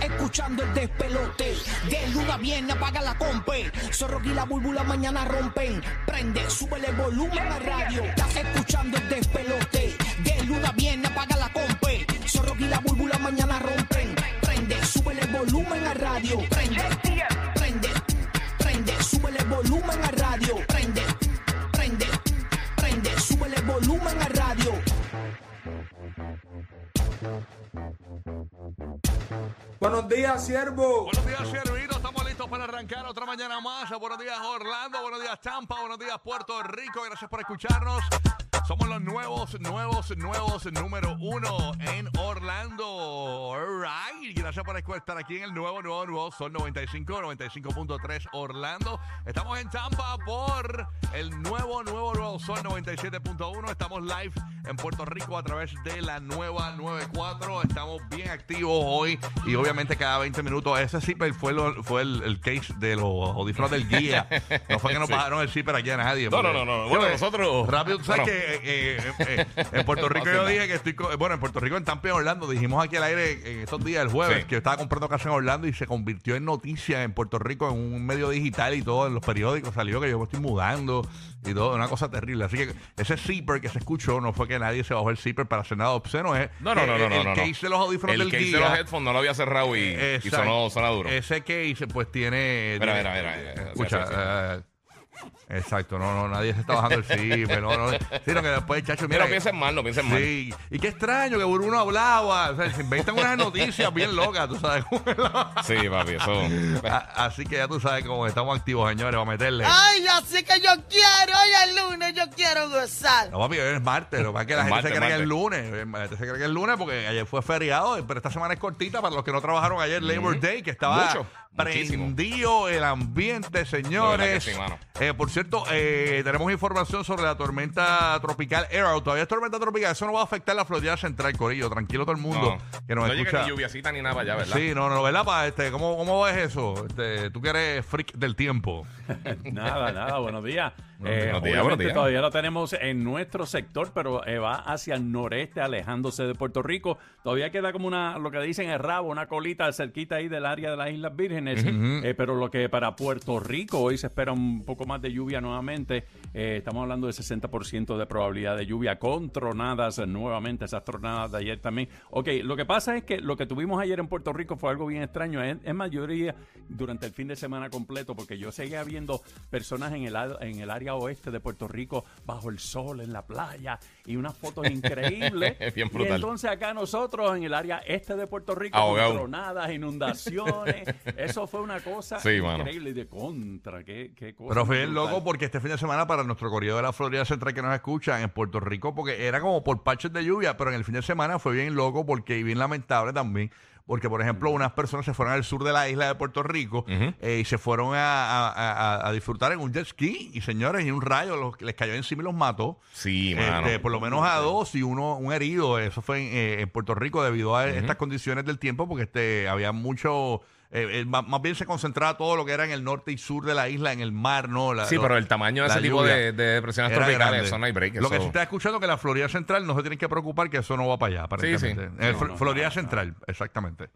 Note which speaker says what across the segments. Speaker 1: escuchando el despelote. De luna viene, apaga la compe. Zorro y la búlbula mañana rompen. Prende, súbele el volumen a la radio. Estás escuchando el despelote. De luna viene, apaga la compe. Zorro y la búlbula mañana rompen. Prende, súbele el volumen a radio. Prende, prende, prende, súbele el volumen a radio. Prende, prende, prende, súbele el volumen a radio.
Speaker 2: Buenos días, siervo.
Speaker 3: Buenos días, Servito. Estamos listos para arrancar otra mañana más. Buenos días, Orlando. Buenos días, Tampa. Buenos días, Puerto Rico. Gracias por escucharnos. Somos los nuevos, nuevos, nuevos número uno en Orlando. All right. Gracias por estar aquí en el nuevo, nuevo, nuevo Sol 95, 95.3 Orlando. Estamos en Tampa por el nuevo, nuevo, nuevo Sol 97.1. Estamos live en Puerto Rico a través de la nueva 94. Estamos bien activos hoy y obviamente cada 20 minutos. Ese zipper fue, lo- fue el, el case de los audífonos del guía. No fue que nos
Speaker 4: Sí.
Speaker 3: bajaron el zipper aquí a nadie.
Speaker 4: No,
Speaker 3: porque-
Speaker 4: no, no, no. Bueno,
Speaker 3: Oye,
Speaker 4: nosotros-
Speaker 3: Rápido, tú sabes
Speaker 4: Bueno.
Speaker 3: que eh, eh, eh, en Puerto Rico yo dije que estoy. co- eh, Bueno, en Puerto Rico, en Tampa, en Orlando, dijimos aquí al aire en estos días, el jueves,
Speaker 4: Sí.
Speaker 3: que yo estaba comprando casa en Orlando y se convirtió en noticia en Puerto Rico, en un medio digital y todo, en los periódicos salió que yo me estoy mudando y todo, una cosa terrible. Así que ese zipper que se escuchó no fue que nadie se bajó el zipper para hacer nada obsceno, es
Speaker 4: No, no, no,
Speaker 3: el,
Speaker 4: no, no.
Speaker 3: el
Speaker 4: no, no.
Speaker 3: case de los audífonos
Speaker 4: El
Speaker 3: del
Speaker 4: case
Speaker 3: guía.
Speaker 4: de los headphones no lo había cerrado y, y
Speaker 3: Exacto.
Speaker 4: sonó, suena duro.
Speaker 3: Ese case, pues tiene.
Speaker 4: Mira,
Speaker 3: tiene-
Speaker 4: mira, mira, mira.
Speaker 3: Escucha.
Speaker 4: Sí, sí, sí.
Speaker 3: eh, Exacto, no, no, nadie se está bajando el zipper, no, no, sino que después el chacho,
Speaker 4: Mira,
Speaker 3: mira,
Speaker 4: no piensen mal, no piensen mal.
Speaker 3: Sí, y qué extraño que Bruno hablaba. O sea, se inventan unas noticias bien locas, tú sabes. cómo es la-
Speaker 4: Sí, papi, eso.
Speaker 3: A- Así que ya tú sabes cómo estamos activos, señores, para meterle.
Speaker 5: Ay, así que yo quiero, hoy es lunes, yo quiero gozar.
Speaker 3: No, papi, hoy es martes, lo que pasa es que la
Speaker 4: Es
Speaker 3: gente se
Speaker 4: martes,
Speaker 3: cree que es
Speaker 4: martes.
Speaker 3: lunes. Eh, La gente se cree que es lunes porque ayer fue feriado, eh, pero esta semana es cortita para los que no trabajaron ayer, Labor Day, que estaba
Speaker 4: Mucho, muchísimo.
Speaker 3: prendido el ambiente, señores.
Speaker 4: sí, mano.
Speaker 3: Eh, por cierto, eh, tenemos información sobre la tormenta tropical Arrow. Todavía es tormenta tropical, eso no va a afectar la Florida Central, Corillo. Tranquilo todo el mundo que nos
Speaker 4: no
Speaker 3: escucha.
Speaker 4: llega ni lluviacita ni nada para allá, ¿verdad?
Speaker 3: Sí, no, no, ¿verdad? Pa, este, ¿cómo, ¿Cómo ves eso? Este, tú que eres freak del tiempo.
Speaker 6: Nada, nada, buenos días. Eh,
Speaker 4: buenos días,
Speaker 6: obviamente
Speaker 4: buenos días.
Speaker 6: Todavía lo tenemos en nuestro sector, pero eh, va hacia el noreste, alejándose de Puerto Rico. Todavía queda como una, lo que dicen el rabo, una colita cerquita ahí del área de las Islas Vírgenes. Eh, pero lo que para Puerto Rico hoy se espera un poco más de lluvia nuevamente. Eh, estamos hablando de 60% de probabilidad de lluvia con tronadas eh, nuevamente, esas tronadas de ayer también. Ok, lo que pasa es que lo que tuvimos ayer en Puerto Rico fue algo bien extraño. Es, es mayoría durante el fin de semana completo, porque yo seguía viendo personas en el, al- en el área oeste de Puerto Rico bajo el sol, en la playa, y unas fotos increíbles.
Speaker 4: Bien
Speaker 6: Y
Speaker 4: brutal.
Speaker 6: entonces acá nosotros en el área este de Puerto Rico,
Speaker 4: Ahogado.
Speaker 6: con tronadas, inundaciones. Eso fue una cosa
Speaker 4: Sí, mano.
Speaker 6: increíble y de contra. Qué, qué cosa
Speaker 3: Pero fue
Speaker 6: bien
Speaker 3: bien
Speaker 6: brutal.
Speaker 3: loco porque este fin de semana para nuestro corrido de la Florida Central que nos escuchan en Puerto Rico, porque era como por parches de lluvia, pero en el fin de semana fue bien loco porque y bien lamentable también. Porque, por ejemplo, unas personas se fueron al sur de la isla de Puerto Rico eh, y se fueron a, a- a- a disfrutar en un jet ski. Y señores, y un rayo los- les cayó encima y los mató.
Speaker 4: Sí, mano.
Speaker 3: Este, por lo menos a dos y uno un herido. Eso fue en, eh, en Puerto Rico debido a estas condiciones del tiempo, porque este había mucho. eh, eh, más, más bien se concentraba todo lo que era en el norte y sur de la isla, en el mar, ¿no? La-
Speaker 4: Sí,
Speaker 3: lo-
Speaker 4: pero el tamaño de
Speaker 3: la
Speaker 4: ese tipo
Speaker 3: lluvia
Speaker 4: de, de depresiones
Speaker 3: era
Speaker 4: tropicales,
Speaker 3: grande.
Speaker 4: eso no hay break.
Speaker 3: Lo que
Speaker 4: eso-
Speaker 3: se está escuchando que la Florida Central no se tienen que preocupar que eso no va para allá, aparentemente.
Speaker 4: sí.
Speaker 3: Eh,
Speaker 6: No,
Speaker 3: Fl-
Speaker 6: no,
Speaker 3: Florida
Speaker 6: no, no.
Speaker 3: Central, exactamente.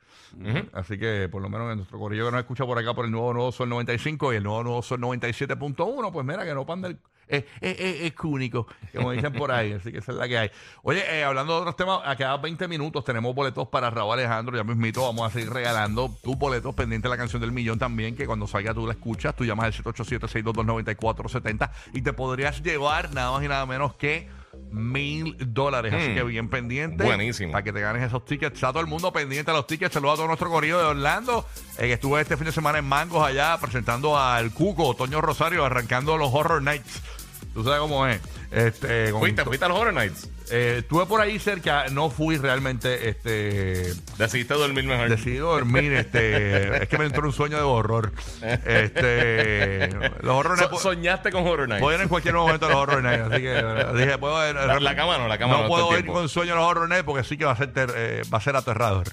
Speaker 3: Así que por lo menos en nuestro corrillo que nos escucha por acá por el nuevo Nuevo Sol 95 y el nuevo Nuevo Sol 97.1, pues mira que no panda el... Es, es, es- es cúnico, como dicen por ahí, así que esa es la que hay. Oye, eh, hablando de otros temas, a cada 20 minutos tenemos boletos para Raúl Alejandro, ya mismito vamos a seguir regalando tus boletos pendiente de la canción del millón también, que cuando salga tú la escuchas, tú llamas al 787-622-9470 y te podrías llevar nada más y nada menos que mil dólares, así
Speaker 4: Mm.
Speaker 3: que bien pendiente.
Speaker 4: Buenísimo.
Speaker 3: Para que te ganes esos tickets. Está todo el mundo pendiente a los tickets. Saludos a todo nuestro corrido de Orlando, eh, que estuve este fin de semana en Mangos allá presentando al Cuco, Toño Rosario, arrancando los Horror Nights. Tú sabes cómo es. Este, con-
Speaker 4: ¿Fuiste, fuiste a los Horror Nights?
Speaker 3: eh, estuve por ahí cerca, no fui realmente, este,
Speaker 4: Decidiste dormir mejor.
Speaker 3: decidí dormir, este, es que me entró un sueño de horror. Este, los Horror
Speaker 4: So-
Speaker 3: Nights...
Speaker 4: soñaste con Horror Nights.
Speaker 3: Voy a ir en cualquier momento a los Horror Nights, así que eh, dije, puedo ir-
Speaker 4: La- la cama no, la cama no, todo
Speaker 3: puedo
Speaker 4: el
Speaker 3: ir
Speaker 4: tiempo.
Speaker 3: con sueño a los Horror Nights porque sí que va a ser, ter- eh, va a ser aterrador.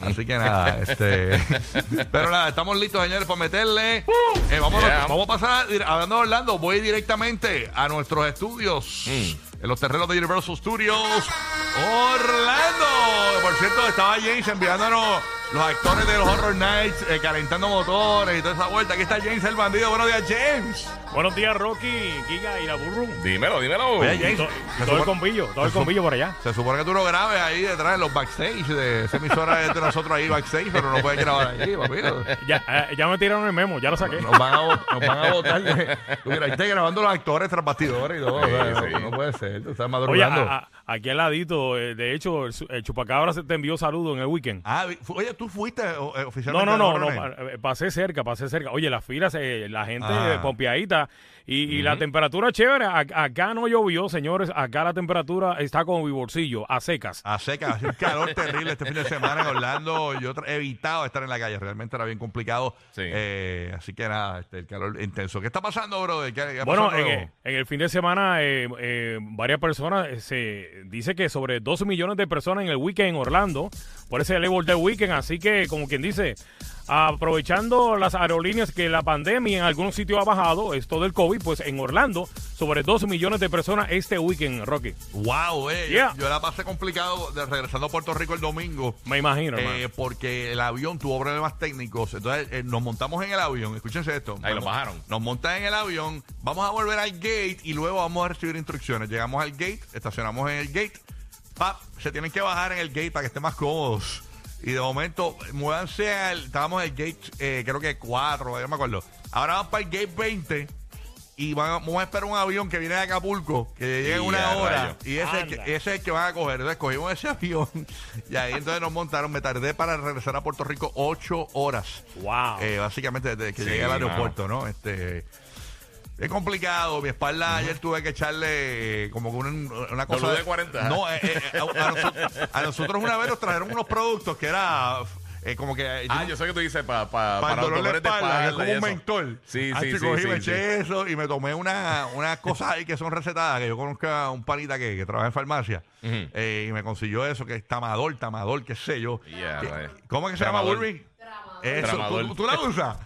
Speaker 3: Así que nada, este. pero nada, estamos listos, señores, para meterle. Eh, vamos,
Speaker 4: Uh, Yeah.
Speaker 3: a, vamos a pasar, dir- hablando de Orlando, voy directamente a nuestros estudios
Speaker 4: Mm.
Speaker 3: en los terrenos de Universal Studios. Orlando. Por cierto, estaba James enviándonos los actores de los Horror Nights eh, calentando motores y toda esa vuelta. Aquí está James el bandido. Buenos días, James.
Speaker 7: Buenos días, Rocky, Giga y la Burru.
Speaker 4: Dímelo, dímelo.
Speaker 3: Oye, Eh, James.
Speaker 7: To-
Speaker 3: se
Speaker 7: Todo el
Speaker 3: supone-
Speaker 7: combillo, todo el
Speaker 3: se supo-
Speaker 7: combillo por allá.
Speaker 3: Se supone que tú lo grabes ahí detrás de los backstage de esa emisora de nosotros ahí backstage, pero no puedes grabar ahí, papito.
Speaker 7: Ya, eh, ya me tiraron el memo, ya lo saqué.
Speaker 3: Nos van a, bot- nos van a botar. de- Tú mira, ahí está grabando los actores tras bastidores y todo. o sea,
Speaker 4: Sí, sí.
Speaker 3: No puede ser, tú estás
Speaker 7: Oye,
Speaker 3: madrugando.
Speaker 7: a- a- aquí al ladito, eh, de hecho, el, su- el Chupacabra se- te envió saludos en el weekend.
Speaker 3: Ah, vi- fu- oye, tú fuiste eh,
Speaker 7: No,
Speaker 3: oficialmente.
Speaker 7: no,
Speaker 3: al
Speaker 7: no,
Speaker 3: Horror
Speaker 7: no,
Speaker 3: Night?
Speaker 7: pa- eh, pasé cerca, pasé cerca. Oye, las filas, eh, la gente
Speaker 3: Ah.
Speaker 7: eh, pompeadita y, y la temperatura chévere. A- acá no llovió, señores, acá la temperatura está como mi bolsillo, a secas.
Speaker 3: A seca, hacía un calor terrible este fin de semana en Orlando. Yo tra- evitaba estar en la calle, realmente era bien complicado.
Speaker 4: Sí.
Speaker 3: Eh, así que nada, este, el calor intenso. ¿Qué está pasando, brother? ¿Qué, qué ha
Speaker 7: Bueno,
Speaker 3: pasado
Speaker 7: en,
Speaker 3: nuevo?
Speaker 7: eh, en el fin de semana eh, eh, varias personas eh, se dice que sobre 12 millones de personas en el weekend en Orlando por ese Labor Day weekend, así que como quien dice, aprovechando las aerolíneas que la pandemia en algunos sitios ha bajado, esto del COVID, pues en Orlando sobre 12 millones de personas este weekend, Rocky.
Speaker 3: Wow, eh,
Speaker 7: Yeah.
Speaker 3: yo la pasé complicado de- regresando a Puerto Rico el domingo.
Speaker 7: Me imagino,
Speaker 3: eh,
Speaker 7: hermano.
Speaker 3: porque el avión tuvo problemas técnicos. Entonces eh, nos montamos en el avión. Escúchense esto.
Speaker 4: Ahí
Speaker 3: Nos-
Speaker 4: lo bajaron.
Speaker 3: Nos montan en el avión. Vamos a volver al gate y luego vamos a recibir instrucciones. Llegamos al gate, estacionamos en el gate. Pap, se tienen que bajar en el gate para que estén más cómodos. Y de momento, muévanse al. Estábamos en el gate, eh, creo que 4, yo me acuerdo. Ahora van para el gate 20. Y van a- vamos a esperar un avión que viene de Acapulco, que llega en
Speaker 4: Y
Speaker 3: una
Speaker 4: a
Speaker 3: hora.
Speaker 4: rayos.
Speaker 3: Y ese es, el que,
Speaker 7: Anda.
Speaker 3: ese es el que van a coger. Entonces cogimos ese avión y ahí entonces nos montaron. Me tardé para regresar a Puerto Rico ocho horas.
Speaker 7: Wow.
Speaker 3: Eh, básicamente desde que
Speaker 4: Sí,
Speaker 3: llegué al
Speaker 4: mano.
Speaker 3: aeropuerto, ¿no? Este. Es complicado, mi espalda ayer tuve que echarle eh, como que una, una cosa...
Speaker 4: WD-40.
Speaker 3: No, eh, eh, a, a nosotros, a nosotros una vez nos trajeron unos productos que era eh, como que... eh,
Speaker 4: Ah, yo sé que tú dices pa- pa-
Speaker 3: para,
Speaker 4: para
Speaker 3: el
Speaker 4: los
Speaker 3: dolor de
Speaker 4: dolores de
Speaker 3: espalda, que es
Speaker 4: espalda.
Speaker 3: como
Speaker 4: y
Speaker 3: un
Speaker 4: eso.
Speaker 3: mentor.
Speaker 4: Sí,
Speaker 3: Ah,
Speaker 4: sí, sí.
Speaker 3: chico, y
Speaker 4: sí,
Speaker 3: me
Speaker 4: sí.
Speaker 3: eché eso y me tomé una- unas cosas ahí que son recetadas, que yo conozco a un panita que, que trabaja en farmacia
Speaker 4: Ujú.
Speaker 3: eh, y me consiguió eso, que es tamador, tamador, qué sé yo.
Speaker 4: Yeah,
Speaker 3: Que-
Speaker 4: man.
Speaker 3: ¿Cómo es que se
Speaker 4: Tramador.
Speaker 3: llama, Burby? Eso,
Speaker 4: Tramador.
Speaker 3: ¿tú, tú la usas?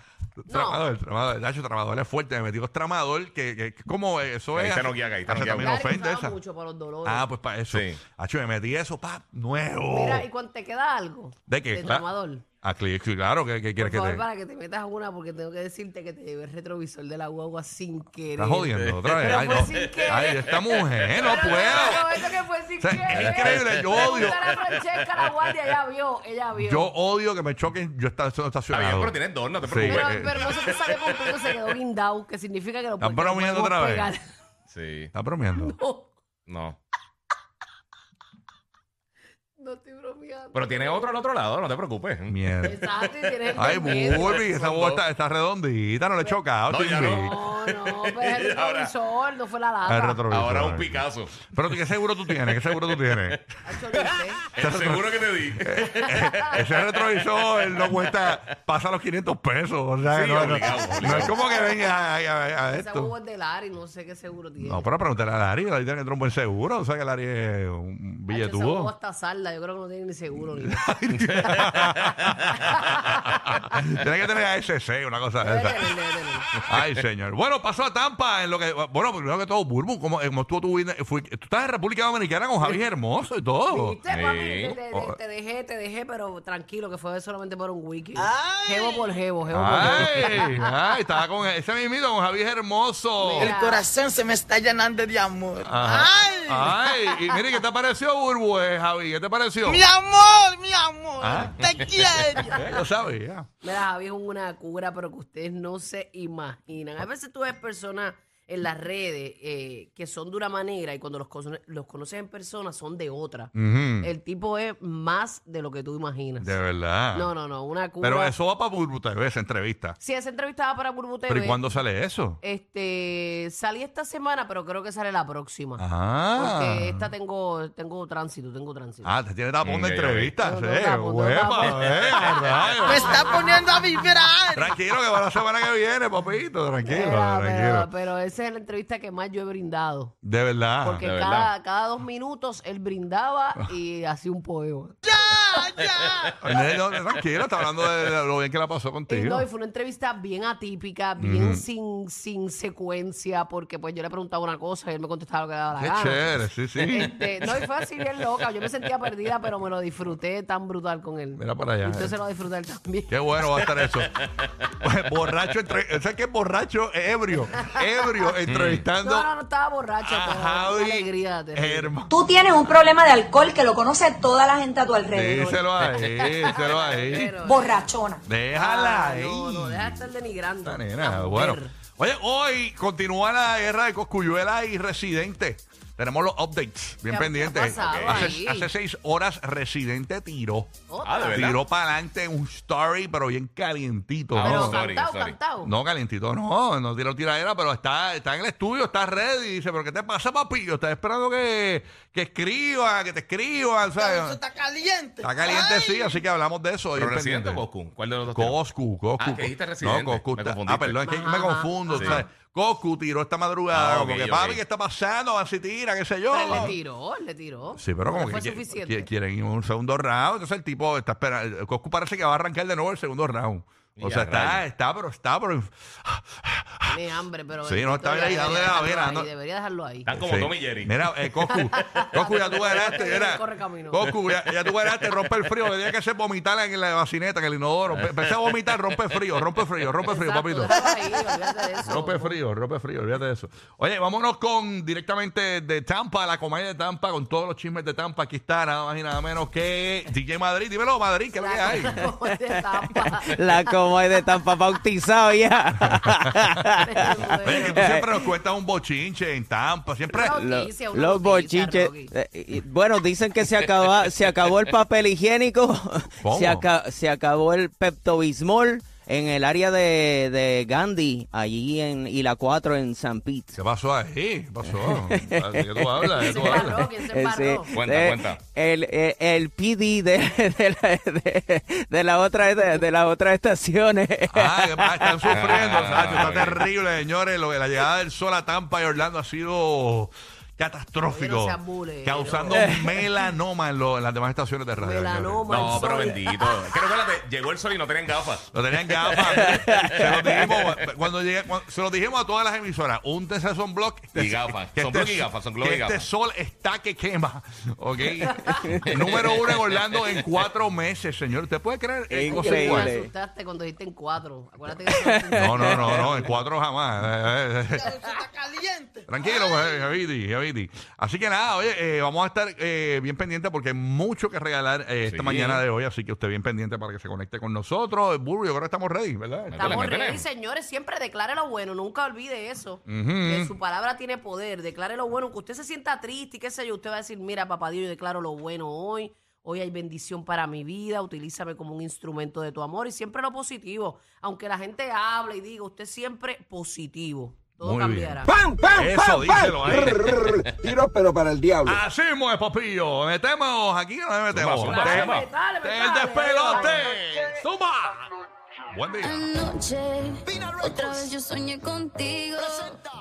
Speaker 3: Tramador, tramador, Nacho, tramador es fuerte, me metió tramador, que, que, que como eso
Speaker 4: Ahí
Speaker 3: es.
Speaker 4: está Nokia, ahí está Nokia.
Speaker 3: Acetaminofen
Speaker 4: Claro,
Speaker 3: de esa.
Speaker 8: mucho para los dolores.
Speaker 3: Ah, pues para eso.
Speaker 4: Sí.
Speaker 3: Hacho, me metí eso, pa, nuevo.
Speaker 8: Mira, ¿y cuando te queda algo?
Speaker 3: ¿De qué?
Speaker 8: De
Speaker 3: Cla-
Speaker 8: tomador.
Speaker 3: Ah, cli- claro, ¿qué, qué
Speaker 8: Por
Speaker 3: quieres
Speaker 8: favor,
Speaker 3: que te.?
Speaker 8: para que te metas una, porque tengo que decirte que te llevé el retrovisor de la guagua sin querer.
Speaker 3: Estás jodiendo otra vez.
Speaker 8: Pero
Speaker 3: Ay,
Speaker 8: fue
Speaker 3: no.
Speaker 8: sin querer.
Speaker 3: Ay, esta mujer, no
Speaker 8: Pero
Speaker 3: puedo.
Speaker 8: no, eso que fue sin
Speaker 3: O sea,
Speaker 8: querer.
Speaker 3: es increíble, yo odio.
Speaker 8: Pregúntale a Francesca, la guardia, ella vio, ella vio.
Speaker 3: Yo odio que me choquen. Yo estaba
Speaker 4: Está
Speaker 3: estacionado.
Speaker 4: bien, pero tienes dos, no te
Speaker 3: Sí.
Speaker 4: preocupes.
Speaker 8: pero,
Speaker 3: eh.
Speaker 8: pero no se te sale completo, se quedó guindado, que significa que lo
Speaker 3: ¿Estás
Speaker 8: que lo
Speaker 3: bromeando
Speaker 8: podemos
Speaker 3: otra vez?
Speaker 8: pegar.
Speaker 4: Sí,
Speaker 3: ¿Estás bromeando?
Speaker 8: No,
Speaker 4: no.
Speaker 8: no estoy bromeando.
Speaker 4: Pero tiene otro al otro lado, no te preocupes.
Speaker 3: Mierda.
Speaker 8: Exacto, y tienes
Speaker 3: Ay,
Speaker 8: dos metros.
Speaker 3: Burby, esa
Speaker 4: Son
Speaker 3: boba
Speaker 4: dos.
Speaker 3: está, está redondita, no le choca.
Speaker 4: No,
Speaker 3: Timmy.
Speaker 4: ya no.
Speaker 8: No, no, pero es el
Speaker 4: Ahora-
Speaker 8: retrovisor, no fue la lata.
Speaker 3: Al Ah, retrovisor.
Speaker 4: Ahora un Picasso.
Speaker 3: Pero ¿qué seguro tú tienes? ¿Qué seguro tú tienes?
Speaker 8: Hacho, lo sé.
Speaker 4: El seguro que te di.
Speaker 3: Ese retrovisor no cuesta, pasa los 500 pesos. O sea, que
Speaker 4: Sí,
Speaker 3: no, no-
Speaker 4: obligado,
Speaker 3: no es
Speaker 4: obligado.
Speaker 3: como que venga a, a- a
Speaker 8: Esa huevo
Speaker 3: esto.
Speaker 8: es de Lari, no sé qué seguro tiene.
Speaker 3: No, pero pregúntale a Larry. Larry tiene que tener un buen seguro. O sea, que Larry es un
Speaker 8: Hacho, esa
Speaker 3: billetudo.
Speaker 8: huevo está salda, yo creo que no tiene ni seguro. Ni
Speaker 3: Tiene que tener ASC, una cosa de esa. Ay, señor. Bueno, pasó a Tampa en lo que. Bueno, primero que todo, Burbu, ¿cómo, cómo estuvo tu vida? Fui- tú estás en República Dominicana con Javier Hermoso y todo.
Speaker 8: ¿Viste, papi? Te,
Speaker 4: Sí.
Speaker 8: te-
Speaker 3: Oh.
Speaker 8: te dejé, te dejé, pero tranquilo, que fue solamente por un wiki.
Speaker 5: Ay.
Speaker 8: Jevo por jevo, jevo por jevo.
Speaker 3: Ay, ay, estaba con ese mismito, con Javier Hermoso.
Speaker 8: Mira.
Speaker 5: El corazón se me está llenando de amor.
Speaker 3: Oh. Ajá. Ah.
Speaker 5: Ay.
Speaker 3: Ay, y mire, ¿qué te pareció, Burbu, eh, Javi? ¿Qué te pareció?
Speaker 5: Mi amor, mi amor.
Speaker 3: Ah.
Speaker 5: Te quiero.
Speaker 3: Eh, lo sabía.
Speaker 8: Mira, Javi es una cura, pero que ustedes no se imaginan. A veces tú ves personas en las redes eh, que son de una manera y cuando los, cono- los conoces en persona son de otra.
Speaker 3: Ujú.
Speaker 8: El tipo es más de lo que tú imaginas.
Speaker 3: De verdad.
Speaker 8: No, no, no, una cura.
Speaker 3: Pero eso va para Burbu TV, esa entrevista.
Speaker 8: Sí, es entrevistada para Burbu TV.
Speaker 3: ¿Pero y cuándo sale eso?
Speaker 8: Este, salí esta semana, pero creo que sale la próxima.
Speaker 3: Ajá.
Speaker 8: Porque esta tengo, tengo tránsito, tengo tránsito.
Speaker 3: Ah, te tiene tapón
Speaker 4: Mm,
Speaker 3: de
Speaker 4: ya, ya,
Speaker 3: entrevistas.
Speaker 8: ya. No, no,
Speaker 3: eh,
Speaker 8: tapón, no,
Speaker 3: hueva,
Speaker 8: tapón. Pues,
Speaker 3: eh, rayos.
Speaker 5: Me está poniendo a vibrar.
Speaker 3: Tranquilo, que va la semana que viene, papito. Tranquilo,
Speaker 8: Era,
Speaker 3: tranquilo. Ah,
Speaker 8: Pero, pero ese esa es la entrevista que más yo he brindado.
Speaker 3: De verdad. Ah.
Speaker 8: Porque
Speaker 4: de
Speaker 8: cada,
Speaker 4: verdad.
Speaker 8: cada dos minutos él brindaba y hacía un poema.
Speaker 3: No, no, tranquila, está hablando de lo bien que la pasó
Speaker 8: Y,
Speaker 3: contigo.
Speaker 8: no, y fue una entrevista bien atípica, bien sin, sin secuencia, porque pues yo le preguntaba una cosa y él me contestaba lo que le daba la
Speaker 3: Qué
Speaker 8: gana.
Speaker 3: chévere, sí, sí.
Speaker 8: Este, no, y fue así bien loca. Yo me sentía perdida, pero me lo disfruté tan brutal con él.
Speaker 3: Mira para allá. eh.
Speaker 8: Y usted se lo va a disfrutar también.
Speaker 3: Qué bueno va a estar eso. Pues, borracho, entre... ¿sabes qué? Borracho, ebrio. Ebrio, entrevistando
Speaker 8: Mm. No, no, no estaba borracho.
Speaker 3: a
Speaker 8: pero una
Speaker 3: Javi
Speaker 8: alegría. terrible.
Speaker 3: Germán.
Speaker 9: Tú tienes un problema de alcohol que lo conoce toda la gente a tu alrededor.
Speaker 3: Díselo ahí, díselo ahí.
Speaker 8: Pero-
Speaker 9: Borrachona.
Speaker 3: Déjala
Speaker 8: Ah,
Speaker 3: ahí.
Speaker 8: No, no, deja de estar denigrando.
Speaker 3: Esta nena,
Speaker 8: Esta
Speaker 3: bueno.
Speaker 8: mujer.
Speaker 3: Oye, hoy continúa la guerra de Coscuyuela y Residente. Tenemos los updates bien
Speaker 8: ¿Qué ha-
Speaker 3: pendientes.
Speaker 8: qué ha pasado ahí? Oh,
Speaker 3: Hace, hace seis horas Residente tiró.
Speaker 8: Otra.
Speaker 4: Ah, de verdad.
Speaker 3: Tiró para adelante un story, pero bien calientito.
Speaker 4: Ah,
Speaker 8: Pero
Speaker 4: Oh, sorry,
Speaker 8: cantao,
Speaker 4: sorry.
Speaker 8: cantao.
Speaker 3: No, calientito, no, no tiró tiradera, pero está, está en el estudio, está ready. Y dice, ¿pero qué te pasa, papillo? Estás esperando que, que escriban, que te escriban, ¿sabes?
Speaker 5: Eso está caliente.
Speaker 3: Está caliente,
Speaker 5: Ay.
Speaker 3: sí, así que hablamos de eso. hoy
Speaker 4: Pero
Speaker 3: en
Speaker 4: residente
Speaker 3: pendiente.
Speaker 4: Coscu. ¿Cuál de los dos?
Speaker 3: Coscu, Coscu.
Speaker 4: Ah, que dijiste Residente.
Speaker 3: No, Coscu.
Speaker 4: Me
Speaker 3: está-
Speaker 4: confundiste.
Speaker 3: ah, perdón, es que me
Speaker 8: Ajá.
Speaker 3: confundo.
Speaker 4: Sí.
Speaker 3: ¿sabes? Coscu tiró esta madrugada.
Speaker 4: Ah, ok,
Speaker 3: como que,
Speaker 4: ok.
Speaker 3: papi, ¿qué está pasando? Así tira, qué sé yo.
Speaker 8: Pero él le tiró, él le tiró.
Speaker 3: Sí, pero como que
Speaker 8: fue
Speaker 3: qui- qui-
Speaker 8: suficiente.
Speaker 3: quieren ir un segundo round. Entonces el tipo está esperando. Coscu parece que va a arrancar de nuevo el segundo round. O
Speaker 4: Y
Speaker 3: sea,
Speaker 4: a
Speaker 3: está,
Speaker 4: rayos.
Speaker 3: está, pero está, pero
Speaker 8: Tiene hambre, pero.
Speaker 3: Sí, no, está
Speaker 8: esto ya
Speaker 3: bien ahí,
Speaker 8: debería
Speaker 3: dale la
Speaker 8: dejarlo
Speaker 3: vena,
Speaker 8: ahí,
Speaker 3: no.
Speaker 8: Debería dejarlo ahí.
Speaker 4: Están como
Speaker 3: Sí.
Speaker 4: Tom y Jerry.
Speaker 3: Mira, eh, Coscu, Coscu, ya tú ganaste. Mira,
Speaker 8: Corre camino.
Speaker 3: Coscu, ya, ya tú ganaste, rompe el frío. Tenía que hacer vomitar en la bacineta, en el inodoro. Pe- Empecé a vomitar, rompe frío, rompe frío, rompe frío,
Speaker 8: Exacto,
Speaker 3: papito.
Speaker 8: déjalo ahí, olvídate de eso.
Speaker 3: Rope frío, rope frío, olvídate de eso. Oye, vámonos con directamente de Tampa, la comedia de Tampa, con todos los chismes de Tampa. Aquí está, nada más y nada menos que DJ Madrid. Dímelo, Madrid, ¿qué es lo que hay?
Speaker 8: La como de tapa.
Speaker 10: La como es de Tampa bautizado ya.
Speaker 3: Oye, que tú siempre nos cuentas un bochinche en Tampa. Siempre.
Speaker 10: Lo-
Speaker 8: Noticia, una
Speaker 10: los
Speaker 8: noticia,
Speaker 10: bochinches.
Speaker 8: Rocky.
Speaker 10: eh, y- bueno, dicen que se, acaba, se acabó el papel higiénico,
Speaker 3: ¿Cómo?
Speaker 10: se, aca- se acabó el Pepto-Bismol en el área de, de Gandhi, allí en y la 4 en San Pete.
Speaker 3: ¿Qué pasó ahí? ¿Qué pasó? ¿De qué tú hablas? ¿De qué
Speaker 8: ¿Quién se
Speaker 3: tú hablas?
Speaker 8: embarró? ¿Quién se embarró?
Speaker 10: Ese-
Speaker 4: Cuenta,
Speaker 10: de-
Speaker 4: cuenta.
Speaker 10: El, el, el PD de, de la, de, de la otra de, de las otras estaciones.
Speaker 3: Ah, que más están sufriendo,
Speaker 4: Ah,
Speaker 3: Sacho, Está
Speaker 4: ok.
Speaker 3: terrible, señores. Lo de la llegada del sol a Tampa y Orlando ha sido
Speaker 8: Oye, no
Speaker 3: catastrófico.
Speaker 8: seas bulero.
Speaker 3: causando melanoma en, lo- en las demás estaciones de radio.
Speaker 8: Melanoma.
Speaker 4: No,
Speaker 8: el
Speaker 4: pero
Speaker 8: sol.
Speaker 4: bendito. Creo que espérate, llegó el sol y no tenían gafas.
Speaker 3: Lo tenían gafas. se lo dijimos cuando llegué, cuando- se lo dijimos a todas las emisoras. Un son block
Speaker 4: Y gafas. Son block y gafas, son globo
Speaker 3: que
Speaker 4: y
Speaker 3: este
Speaker 4: gafas.
Speaker 3: sol está que quema. ¿Ok? Número uno en Orlando en cuatro meses, señor. ¿Usted puede creer? Eh, cosas
Speaker 8: Tú
Speaker 10: Increíble.
Speaker 8: Me
Speaker 3: iguales.
Speaker 8: asustaste cuando dijiste en cuatro. Acuérdate que eso
Speaker 3: No,
Speaker 8: no-
Speaker 3: no, no, no, en cuatro jamás. Eh, eh, eh.
Speaker 5: Eso está caliente.
Speaker 3: Tranquilo, pues, Javidi, Javidi. Así que nada, oye, eh, vamos a estar eh, bien pendientes porque hay mucho que regalar eh, esta
Speaker 4: Sí.
Speaker 3: mañana de hoy, así que usted bien pendiente para que se conecte con nosotros. Burro, yo creo que estamos ready, ¿verdad?
Speaker 8: Estamos
Speaker 4: Métele,
Speaker 8: ready,
Speaker 4: métele.
Speaker 8: señores. Siempre declare lo bueno. Nunca olvide eso. Que su palabra tiene poder. Declare lo bueno. Que usted se sienta triste y qué sé yo. Usted va a decir, mira, papá Dios, yo declaro lo bueno hoy. Hoy hay bendición para mi vida. Utilízame como un instrumento de tu amor. Y siempre lo positivo. Aunque la gente hable y diga, usted siempre positivo. Todo
Speaker 3: Muy bien.
Speaker 8: cambiará.
Speaker 2: ¡Pam, pam,
Speaker 3: Eso,
Speaker 2: pam,
Speaker 3: díselo
Speaker 2: pam!
Speaker 3: ahí.
Speaker 2: Rrr, rrr, Tiros, pero para el diablo.
Speaker 3: Así mismo es, papillo. ¿Metemos aquí o no metemos?
Speaker 4: Zumba,
Speaker 3: Te-
Speaker 4: zumba.
Speaker 8: Dale,
Speaker 3: te- ¡El
Speaker 8: dale,
Speaker 3: despelote! ¡Zumba! Buen día.
Speaker 11: Otra vez yo soñé contigo.